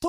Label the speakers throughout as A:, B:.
A: ト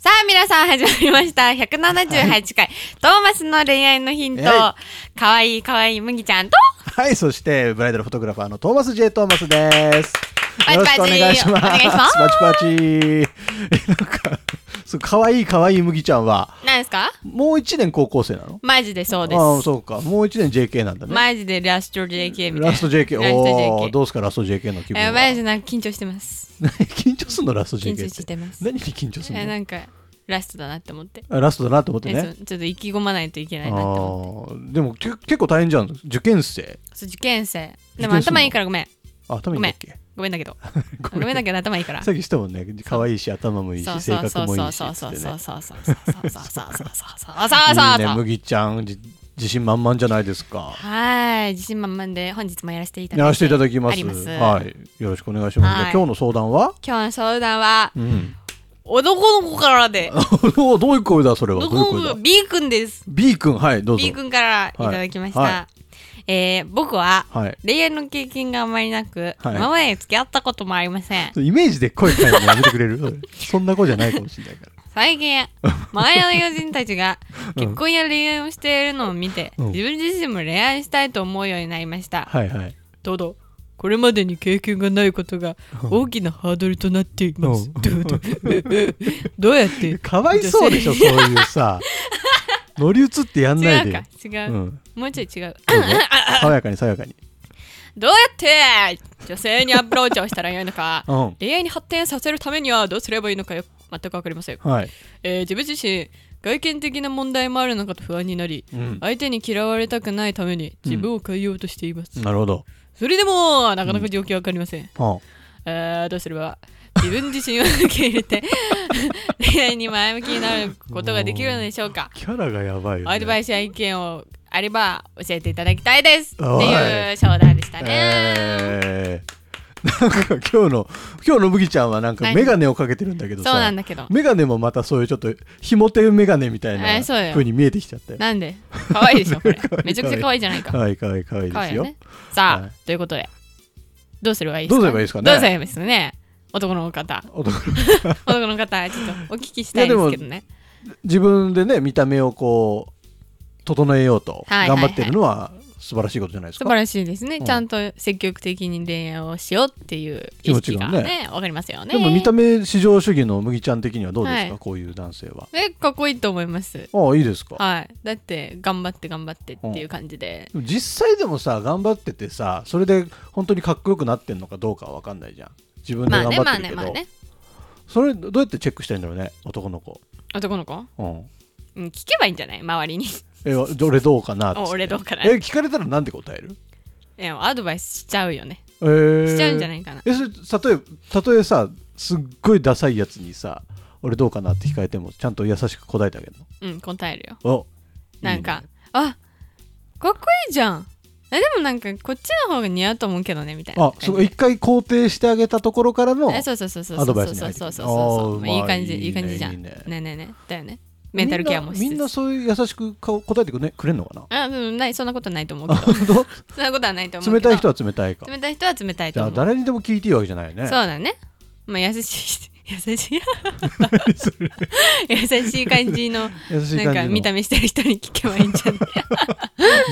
B: さあ、皆さん始まりました。178回、トーマスの恋愛のヒント。
C: は
B: かわいいかわいい麦ちゃんと、
C: はい、そしてブライダルフォトグラファーのトーマス J トーマスです。
B: パチパチ
C: よろしくお願いします。
B: お願いします
C: パチパチ。えなんか、そう可愛い可愛い麦ちゃんは
B: なんですか
C: もう一年高校生なの？
B: マジでそうで
C: ああ、
B: す。
C: そうか。もう一年 JK なんだね。
B: マジでラスト JK みたいな。
C: ラスト JK。
B: ラス
C: おお、
B: ト JK。
C: どうすかラスト JK の気分は。
B: やばいです、なんか緊張してます。
C: 何緊張すんのラスト JK って。
B: 緊張してます
C: 何に緊張すん
B: え
C: の
B: なんか、ラストだなって思って。
C: あ？ラストだなと思って
B: えそう
C: ね。
B: ちょっと意気込まないといけ
C: あ
B: ないなって思って。
C: あ、でもけ結構大変じゃん。受験生。
B: そう受験生。
C: 受験生
B: でも頭いいからごめん。
C: あ、頭いいんだっけ？
B: ごめんだけど。
C: ご
B: ごめんだけど頭いいから。
C: さっきしたもんね。可愛いし頭もいい
B: そう
C: し
B: そ
C: 性
B: うそ
C: 格
B: う
C: もい
B: そう
C: いし
B: そう
C: っつ
B: そ
C: っ
B: う
C: て
B: そ
C: ね
B: う。そうそうそうそうそうそうそうそう
C: いいね、
B: そう
C: 麦ちゃん、じ自信満々じゃないですか。
B: はい、自信満々で本日もやらせていただ
C: やらせていただきま
B: あ
C: す。
B: ります
C: はい、よろしくお願いします。
B: はい
C: 今日の相談は。
B: 今日の相談は
C: うん。
B: 男の子からで
C: お どういう声だ、それは。どういう
B: 男
C: 声
B: の
C: だ
B: 子。B 君です
C: B 君、はい、どうぞ
B: B。君からいただきました、
C: はいは
B: えー僕は
C: はい。
B: 恋愛の経験があまりなく、
C: はい
B: 今まで付き合ったこともありません
C: イメージで声変えるのやめてくれる。それ そんな子じゃないかもしれないから。
B: 最近 周りの友人たちが
C: うん
B: 結婚や恋愛をしているのを見て、
C: うん
B: 自分自身も恋愛したいと思うようになりました
C: はいはい。
B: ただこれまでに経験がないことが大きなハードルとなっています
C: うん
B: どうどう どうやって
C: かわいそうでしょ、そういうさ。乗り移ってやんない
B: 違う
C: で
B: か。違
C: う
B: う、
C: ん。
B: もうちょい違う
C: どうぞ 爽やかに爽やかに。
B: どうやって女性にアプローチをしたらよいの か
C: うん。
B: 恋愛に発展させるためにはどうすればいいのかよ全く分かりません、
C: はい。
B: えー自分自身外見的な問題もあるのかと不安になり
C: うん。
B: 相手に嫌われたくないために
C: うん
B: 自分を変えようとしています、
C: なるほど。
B: それでもなかなか状況わかりません、
C: うん
B: えーどうすれば自分自身を受け入れて恋愛に前向きになることができるのでしょうか
C: キャラがやばいよね。
B: アドバイスや意見をあれば教えていただきたいですって
C: おい
B: いう商談でしたね、
C: えーなんか今日の今日の麦ちゃんはなんか
B: 何
C: メガネをかけてるんだけど
B: そうなん
C: さ
B: だけど
C: メガネもまたそういうちょっとひも手メガネみたい
B: え
C: な
B: ーそうよ
C: 風に見えてきちゃったよ
B: なんで可愛いでしょ これ
C: 可愛い
B: めちゃくちゃ可愛いじゃないか
C: かわいいかわいいかわいい
B: 可
C: で
B: 愛い
C: す
B: よ
C: よ
B: ねさあ、
C: はい
B: ということでどうすればいいですか
C: どうすればいいですかね
B: どうすればいいですかね男の方
C: 男の
B: 男の方ちょっとお聞きしたいですけどね
C: 自分でね見た目をこう整えようと
B: はいはい
C: 頑
B: はい
C: 張ってるのは素晴らしいことじゃないです
B: 素
C: か
B: 晴らしいですね、
C: うん
B: ちゃんと積極的に恋愛をしようっていう意識が
C: 気持ちが
B: ねわかりますよね
C: でも見た目至上主義の麦ちゃん的にはどうです
B: は
C: か
B: い
C: こういう男性は
B: えかっこいいと思います
C: ああいいですか
B: はいだって頑張って頑張ってっていう感じで、
C: でも実際でもさ頑張っててさそれで本当にかっこよくなってんのかどうかは分かんないじゃん自分で
B: まあ
C: 頑
B: ね
C: 張
B: ま
C: っ
B: あ
C: てる
B: ね
C: け
B: まあ
C: ど
B: ね
C: それどうやってチェックしてんだろうね男の子
B: 男の子、
C: うん
B: うん、聞けばいいんじゃない周 りに
C: えわじゃあ俺どうかなっつっ
B: お
C: て
B: 俺どうかな
C: え聞かれたらなんて答える
B: えアドバイスしちゃうよね
C: えー、
B: しちゃうんじゃ
C: な
B: な
C: い
B: いかな、
C: えそれ例えたとえさすっごいダサいやつにさ俺どうかなって聞かれてもちゃんと優しく答えてあげる
B: うん答えるよ
C: のお
B: なんか
C: いいね
B: あかっこいいじゃんえでもなんかこっちの方が似合うと思うけどねみたいな
C: あそこ一回肯定してあげたところからの
B: えそうそうそうそう
C: ア
B: そ
C: ド
B: う
C: バ
B: そう
C: イスに
B: そう
C: 入っ
B: そ
C: てくる
B: うそう
C: あ
B: ま
C: ーま
B: あ
C: あ
B: いい感じいい感じじゃ
C: いい
B: ん
C: ね
B: ねえねえねえだよねメンタルケアもしつつ
C: みんなみんなそういう優しくか答えてく,、ね、くれんのかな
B: あうんないそんなことないと思うけど
C: 本
B: そんなことはないと思
C: 当
B: うけ
C: 冷
B: ど
C: たい人は冷たいか
B: 冷たい人は冷たい
C: じ
B: と
C: ゃ
B: 思
C: あ
B: う
C: 誰にでも聞いていいわけじゃないよね
B: そうだねまあ優しい優しい優しい感じの
C: 優しい
B: な
C: 感
B: ん
C: じ
B: か
C: の
B: 見た目してる人に聞けばいいんじゃない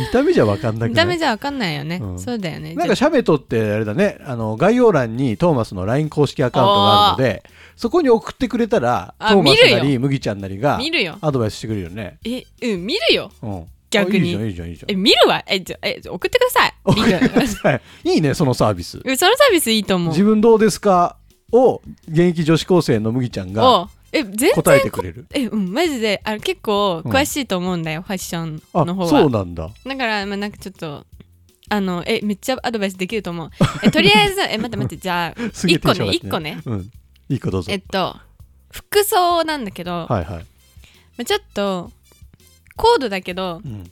C: 見た目じゃわかんなく
B: 見
C: な
B: た
C: い
B: 目じゃわかんないよね
C: うん
B: そうだよね
C: なんか
B: ち
C: シャメとってあれだねあの概要欄にトーマスの LINE 公式アカウントがあるのでそこに送ってくれたらト
B: あ
C: ーマスな
B: 見る
C: り麦ちゃんなり
B: ょ
C: が
B: 見るよ
C: アドバイスしてくれるよね、
B: えうん見るよ
C: うん、
B: 逆に
C: あいいじゃんいいじゃんいいじゃ
B: え
C: ん
B: 見るわえじゃえ送ってください
C: 送って
B: 見
C: くだ
B: る
C: さい いいねそのサービス
B: うんそのサービスいいと思う
C: 自分どうですかを現役女子高生の麦ちゃんが
B: おえ全然
C: 答えてくれる
B: えうんマジであの結構詳しいと思うんだよ、ファッション
C: あ
B: の方は
C: そうなんだ
B: だからまあなんかちょっとあのえめっちゃアドバイスできると 思うえとりあえずえ待って待ってじゃあ
C: すげえ
B: 一
C: テ
B: 個
C: ンショ
B: ね
C: ン上がって
B: 一個ね
C: うんいい子どうぞ
B: えっと服装なんだけど、
C: はいはい、
B: まあちょっと高度だけど
C: うん、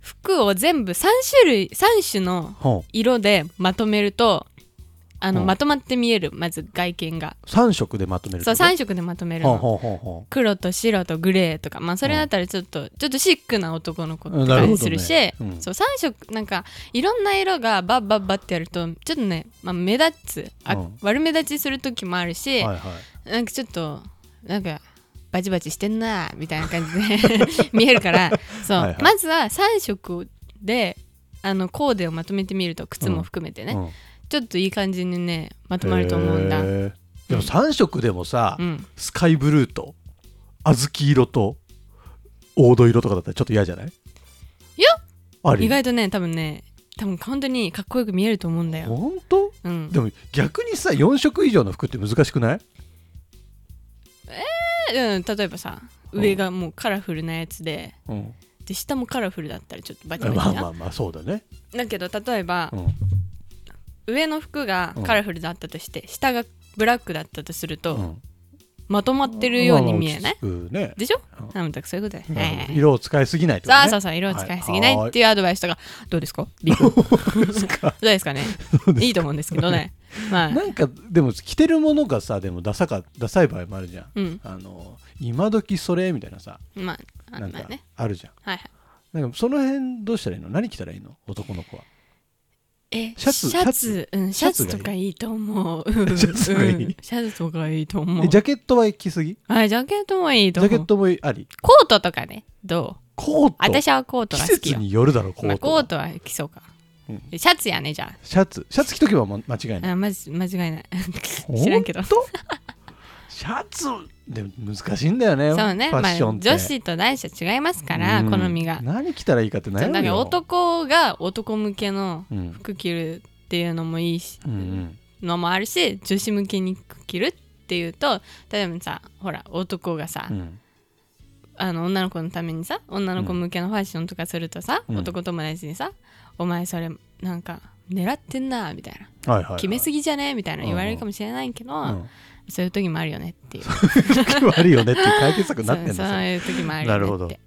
B: 服を全部3種類3種の
C: ほ
B: 色でまとめるとあの、
C: うん
B: まとまって見えるまず外見が
C: う3色でまとめる
B: そう
C: 三
B: 3色でまとめる
C: ほう
B: の
C: ほうほうほ
B: 黒と白とグレーとかまあそれだったらちょっと、ちょっとシックな男の子って
C: うんな
B: 感
C: るほどね
B: じするし
C: うん
B: そう3色なんかいろんな色がバッバッバッってやるとちょっとね、まあ、目立つあ、
C: うん
B: 悪目立ちする時もあるし、
C: うはいはい
B: なんかちょっとなんかバチバチしてんなみたいな感じで 見えるからそう
C: はいはい
B: まずは3色であのコーデをまとめてみると靴も含めてね、
C: うん
B: ちょっといい感じにねまとまると思うんだ、
C: へーでも3色でもさ、
B: うん
C: スカイブルーと小豆色と黄土色とかだったらちょっと嫌じゃない
B: いや
C: ある
B: 意外とね多分ね多分本当にかっこよく見えると思うんだよ、
C: 本当
B: うん、
C: でも逆にさ4色以上の服って難しくない
B: うん、例えばさ
C: うん
B: 上がもうカラフルなやつで
C: うん、
B: で下もカラフルだったらちょっとバチ
C: まあ
B: バチ
C: まあ
B: じ
C: ま
B: ゃん
C: あまあそうだね、
B: だけど例えば
C: う、ん
B: 上の服がカラフルだったとして下がブラックだったとすると、
C: うん
B: まとまってるように見え
C: ま
B: な
C: あ
B: い、
C: まあ落ち着くね
B: でしょ
C: うん
B: あんたそういうことだよ、
C: なるほど
B: ね。
C: 色を使いすぎないってこと
B: そ
C: ね
B: うそうそう色を使いすぎないっていうアドバイスとかどうですかビク ど
C: か
B: うですかね
C: うですか
B: いいと思うんですけどねまあ
C: なんかでも着てるものがさでもダサかダサい場合もあるじゃん、
B: うん
C: あの今時それみたいなさ
B: まああ
C: なん
B: ま
C: か
B: あね
C: あるじゃん
B: はいはい
C: なんかその辺どうしたらいいの何着たらいいの男の子は
B: え
C: シャツ
B: シャツうんシャツ
C: シャツ
B: とか
C: がいい
B: いいと思ううん
C: シャツがいい
B: うんシャツとかいいと思
C: え
B: う
C: ジャケットは着すぎ
B: あジャケットもいいと
C: ジャケ
B: 思
C: ッ
B: う
C: トもあり
B: コートとかねどう
C: コート
B: 私はコート
C: 季
B: が好き
C: 節
B: よ
C: によるだろコ
B: ま
C: ー
B: あ
C: ト
B: コートは着そうか
C: うん
B: シャツやねじゃ
C: シャツシャツ着とけばま間違い
B: あ
C: ない
B: あまじ間違いない知らんけど
C: ほとシャツでも難しいんだよね
B: そうね、
C: ファ
B: ま
C: ッ
B: あ、
C: ションって、
B: 女子と男子は違いますから、
C: うん
B: 好みが。
C: 何着たらいいかって
B: そ
C: 悩
B: うだ
C: む
B: から
C: よ
B: 男が男向けの
C: うん
B: 服着るっていうのもいいし、
C: うんうん
B: のもあるし女子向けに服着るっていうと例えばさほら男がさ、
C: うん
B: あの女の子のためにさ女の子向けのファッションとかするとさ、
C: うん
B: 男友達にさ「お前それなんか狙ってんな」みたいな
C: はいはい、は
B: 「
C: い、
B: 決めす
C: ぎ、
B: ぎじゃね?」みたいな言われるかもしれないけど、
C: うん、
B: そういう時もあるよねっていう
C: 悪いよねっていう解決策になってんだ
B: そうそういう時もあるよねって
C: なるほどで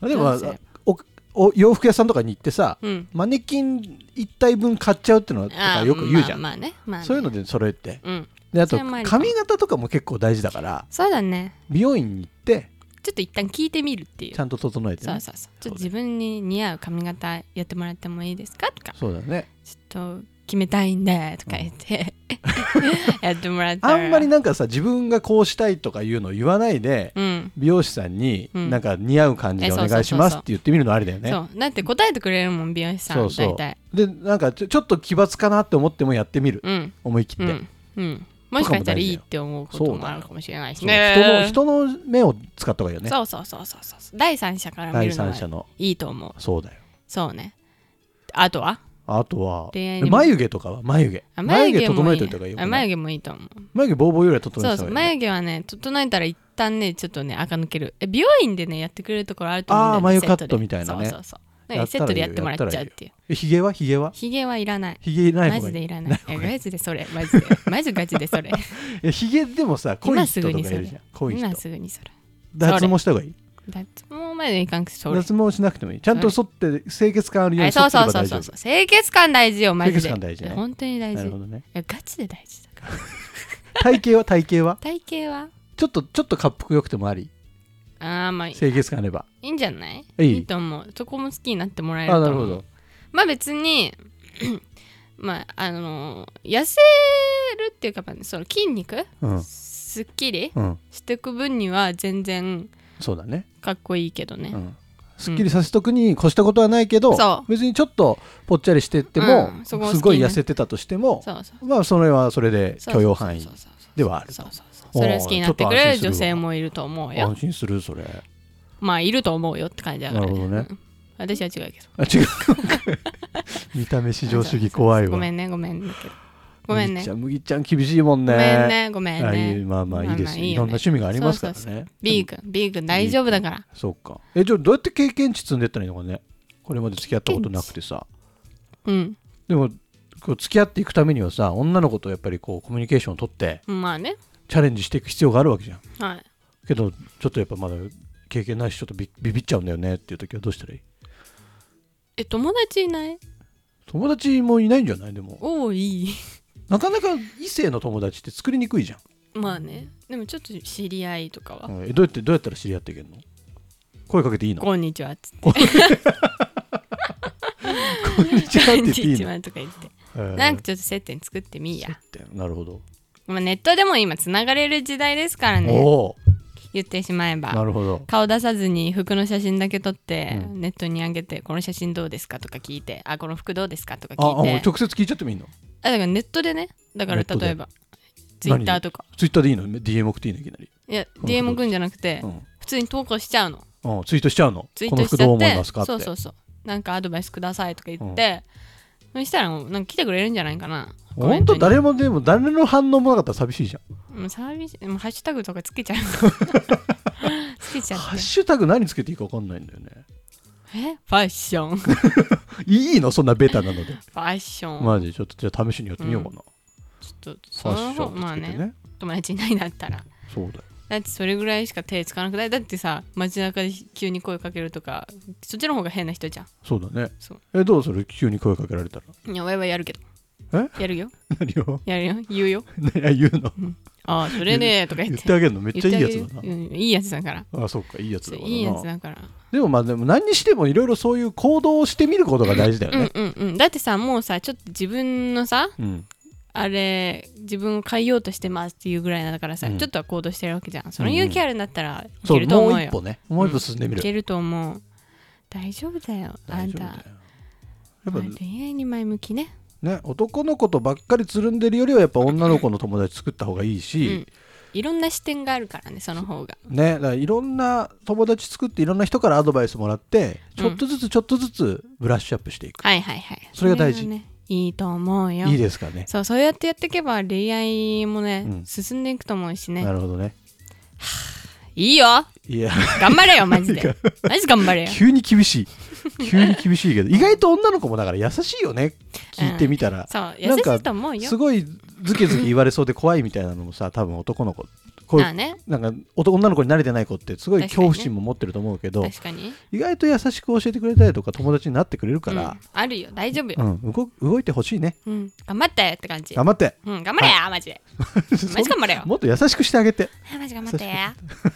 B: ど
C: も
B: うすれば
C: おお洋服屋さんとかに行ってさ、
B: うん
C: マネキン一体分買っちゃうってのと
B: あ
C: か
B: ー
C: よく言うじゃん、
B: まあまあね,、まあね、
C: そういうので揃えて
B: うん
C: であと
B: それもありか
C: 髪型とかも結構大事だから
B: そうだね
C: 美容院に行って
B: ちょっと一旦聞いてみるっていう
C: ちゃんと整えて、
B: そう
C: ね、
B: そうそうちょっと自分に似合う髪型やってもらってもいいですかとか
C: そうだね
B: ちょっと決めたいんでとか言って やってもらった
C: あ
B: ら
C: んまりなんかさ自分がこうしたいとかいうのを言わないで、
B: うん
C: 美容師さんに
B: うん
C: なんか似合う感じでお
B: えそ
C: 願
B: う
C: いし
B: そうそう
C: ま
B: そ
C: す
B: う
C: って言ってみるのありだよね
B: そうだって答えてくれるもん美容師さん
C: そうそう
B: 大体
C: でなんかちょちょっと奇抜かなって思ってもやってみる、
B: うん
C: 思い切
B: う
C: って、
B: んうんもしかしたらいいって思うこと
C: そう
B: も
C: だ
B: あ
C: よ
B: るかもしれないし
C: そう
B: ね
C: 人の人の目を使った方がいいよね
B: そうそうそうそうそう第三者から見
C: 第
B: るの
C: 三
B: は
C: 者の
B: いいと思う
C: そうだよ
B: そうねあとは
C: あとは
B: 恋愛にも
C: 眉毛とかは眉毛
B: あ眉毛も
C: 整
B: いい
C: えておいた方がいいよ
B: あ眉毛もいいと思う
C: 眉毛ボーボーよりは整え
B: そ
C: て
B: うそ
C: た方
B: う
C: がいい、ね、
B: 眉毛はね整えたら一旦ねちょっとね垢抜けるえ美容院でねやってくれるところあると思うんだよ、ね、
C: あー眉
B: セッ
C: カ
B: ト
C: ット
B: で
C: みたいなね
B: そうそうそう
C: や
B: ね
C: った
B: セ
C: ら
B: ッ
C: いいよ
B: トでやってもらっちゃうっていう
C: えひげはひげは
B: ひげはいらない
C: ひげない
B: マ
C: 方が
B: ジで
C: いい
B: いらないえマジでそれマジでマジガチでそれ
C: えひげでもさ濃い
B: 今
C: 人
B: す
C: と
B: ぐ
C: かい
B: にそれ
C: るじゃん濃い人
B: 今すぐにそれ
C: 脱毛した方がいい
B: 脱毛までいかんくてそれ
C: 脱毛しなくてもいいちゃんと剃って清潔感あるよう
B: あ
C: に
B: そ
C: 剃
B: う
C: って
B: そ
C: れ
B: う
C: ば
B: そう
C: 大
B: そ
C: 丈
B: う
C: 夫
B: そう清潔感大事よマジで
C: 清潔感大事ね
B: 本当に大
C: な
B: 事
C: る
B: い
C: ほどね
B: やガチで大事だから
C: 体型は体型は
B: 体型は
C: ちょっとちょっと滑腹よくてもあり
B: ああまあい
C: 清潔感あれば
B: いんじゃない
C: いい
B: いいと思うそこも好きになってもらえると
C: あ
B: 思う
C: なるほど
B: まあ別に まああの痩せるっていうか、まあ、その筋肉
C: うん
B: すっきり
C: うん
B: してく分には全然
C: そうだね
B: かっこいいけどね、
C: うんすっきりさせとくに越したことはないけど
B: そう
C: 別にちょっとぽっちゃりしてっても
B: うん
C: す
B: そこを好きにね
C: ごい痩せてたとしても
B: そうそう
C: まあそれはそれで
B: そう
C: 許容範囲
B: そうそうそう
C: ではある
B: そう
C: と
B: そうそうそれを好きになってくれ
C: おー
B: る
C: ちょっと安心するわ
B: 女性もいると思うよ
C: 安心するそれあ
B: まあいると思うよって感じだから、
C: なるほどね
B: うん私は違うけど
C: 違 う見た目至上主義怖いわ
B: ごめんねごめんねごめんね
C: 麦ちゃん麦ちゃん厳しいもん
B: ご
C: ね
B: めんねごめん
C: あいい
B: ね
C: まあまあいいですよいろんな
B: ね
C: 趣味がありますから
B: そうそう
C: ね
B: ビー君ビー君大丈夫だから
C: そうかえじゃあどうやって経験値積んでったらいいのかねこれまで付き合ったことなくてさ
B: うん
C: でもこう付き合っていくためにはさ女の子とやっぱりこうコミュニケーションを取って
B: まあね
C: チャレンジしていく必要があるわけじゃん
B: はい
C: けどちょっとやっぱまだ経験ないしちょっとビビビっちゃうんだよねっていう時はどうしたらいい
B: え友達いない
C: 友達もいないんじゃないでも
B: 多い
C: なかなか異性の友達って作りにくいじゃん、
B: まあねでもちょっと知り合いとかは、
C: うんえどうやってどうやったら知り合っていけるの声かけていいの
B: こんにちはっつって
C: こんにちはっ
B: こ
C: て
B: ん
C: 言
B: に
C: っていい
B: ち
C: の
B: はとか言って
C: え ー
B: なんかちょっと接点作ってみいや
C: 接点なるほど、
B: まあネットでも今つながれる時代ですからね
C: お
B: 言ってしまえ
C: おな
B: ば
C: るほど
B: 顔出さずに服の写真だけ撮って、
C: うん
B: ネットに上げてこの写真どうですかとか聞いてあこの服どうですかとか
C: ああもう
B: 聞いて
C: 直接聞いちゃってもいいの
B: あだからネットでねだから
C: ネットで
B: 例えばツイッターとか
C: ツイッターでいいの ?DM 送っていいのいきなり、
B: いや
C: の服
B: DM くんじゃなくて、
C: うん
B: 普通に投稿しちゃうの
C: うん、ツイートしちゃうの
B: ツイー
C: この
B: トし
C: 服
B: ちゃ
C: どう
B: っ
C: 思い
B: て
C: ますかって
B: そうそうそうなんかアドバイスくださいとか言って、そしたらもうなんか来てくれるんじゃないかなコメ
C: 本
B: ント
C: 当
B: に
C: 誰もでも誰の反応もなかったら寂しいじゃん
B: もうサービスもうハッシュタグとかつけち ゃうつけちゃっ
C: ハッ
B: て
C: シュタグ何つけていいか分かんないんだよね
B: えファッションフ
C: いいのそんなベタなので
B: ァッション、
C: マジでちょっとじゃあ試しにやってみようかな、
B: ちょっとそ
C: ファ
B: の
C: ッシ
B: 方
C: ョン
B: ま
C: っ
B: あ
C: てつけて
B: ね
C: ね
B: 友達いないんだったら
C: そうだよ
B: だってそれぐらいしか手つかなくないだってさ街中で急に声かけるとかそっちの方が変な人じゃ
C: そうだね
B: そう
C: えどうそれ急に声かけられたら
B: んいやわいわいやるけど
C: え
B: やるよ
C: 何を
B: やるよ言うよ
C: 何あ言うの
B: ああそれねとか言
C: 言
B: っ
C: っててあげるのめっちゃいいや
B: 言っ
C: つ
B: て
C: だ
B: あげるうんいいやつだから
C: なあそっかいいやつ
B: そ
C: だ
B: う
C: から
B: いいやつ
C: な
B: だから
C: でもまあでも何にしてもいろいろそういう行動をしてみることが大事だよ
B: うん
C: ね
B: うんうんだってさもうさちょっと自分のさ
C: うん
B: あれ自分を変えようとしてますっていうぐらいだからさ、
C: うん
B: ちょっとは行動してるわけじゃんその勇気あるんだったらい
C: そ
B: け
C: う
B: ると
C: も
B: 思
C: う
B: う
C: 一
B: よ、
C: 歩ねもう一歩進んでみ
B: いけ
C: る
B: ると思う大丈夫だよあ
C: 大
B: ん
C: 丈夫
B: たま
C: だよやっ
B: あ
C: ぱ
B: 恋愛に前向きね
C: ね男の子とばっかりつるんでるよりはやっぱ女の子の友達作った方がいいし、
B: いろんな視点があるからねその方が
C: ねだからいろんな友達作っていろんな人からアドバイスもらってちょっとずつちょっとずつブラッシュアップしていく、
B: はいはいはい
C: それが大事
B: そねいいと思うよ
C: いいですかね
B: そうそうやってやっていけば恋愛もね、
C: うん
B: 進んでいくと思うしね
C: なるほどね
B: いいよ
C: いや
B: 頑張れ よマジでマジ頑張れよ
C: 急に厳しい急に厳しいけど意外と女の子もだから優しいよね聞いてみたら、
B: そう優
C: な
B: し
C: んか
B: いと思うよ
C: すごいズケズケ言われそうで怖いみたいなのもさ多分男の子こう
B: ああね
C: なんか男女の子に慣れてない子ってすごい
B: 確か
C: 恐
B: にね
C: 怖心も持ってると思うけど、
B: 確かに
C: 意外と優しく教えてくれたりとか友達になってくれるか
B: う
C: ら
B: ん、、あるよ大丈夫よ
C: うん動動いてほしいね
B: うん、頑張ってって感じ。
C: 頑張って
B: うん、頑張れよ、マジ で。マジ頑張れよ。
C: もっと優しくしてあげて
B: はいマジ頑張ってよ。
C: は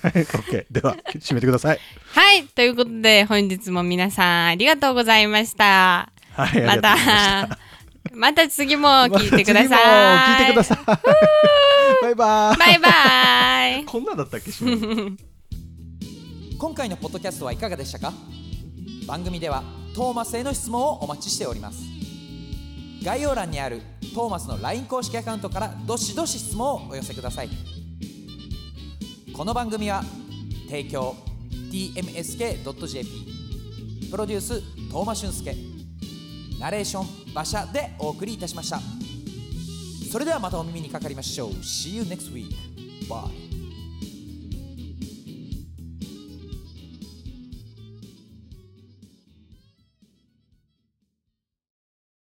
C: い OK では締めてくだ さい
B: はい、ということで、本日も皆さんありがとうございました。ま、
C: はいありがとうございした
B: また次も聞いてください。
C: また次も聞いてくださいバイバイ
B: バイバイ。
C: こんなんだ ったっけ締めるの
A: 今回のポッドキャストはいかがでしたか番組ではトーマスへの質問をお待ちしております概要欄にあるトーマスの LINE 公式アカウントからどしどし質問をお寄せくださいこの番組は提供 tmsk.jp プロデューストーマ俊介ナレーション馬車でお送りいたしましたそれではまたお耳にかかりましょう See you next week Bye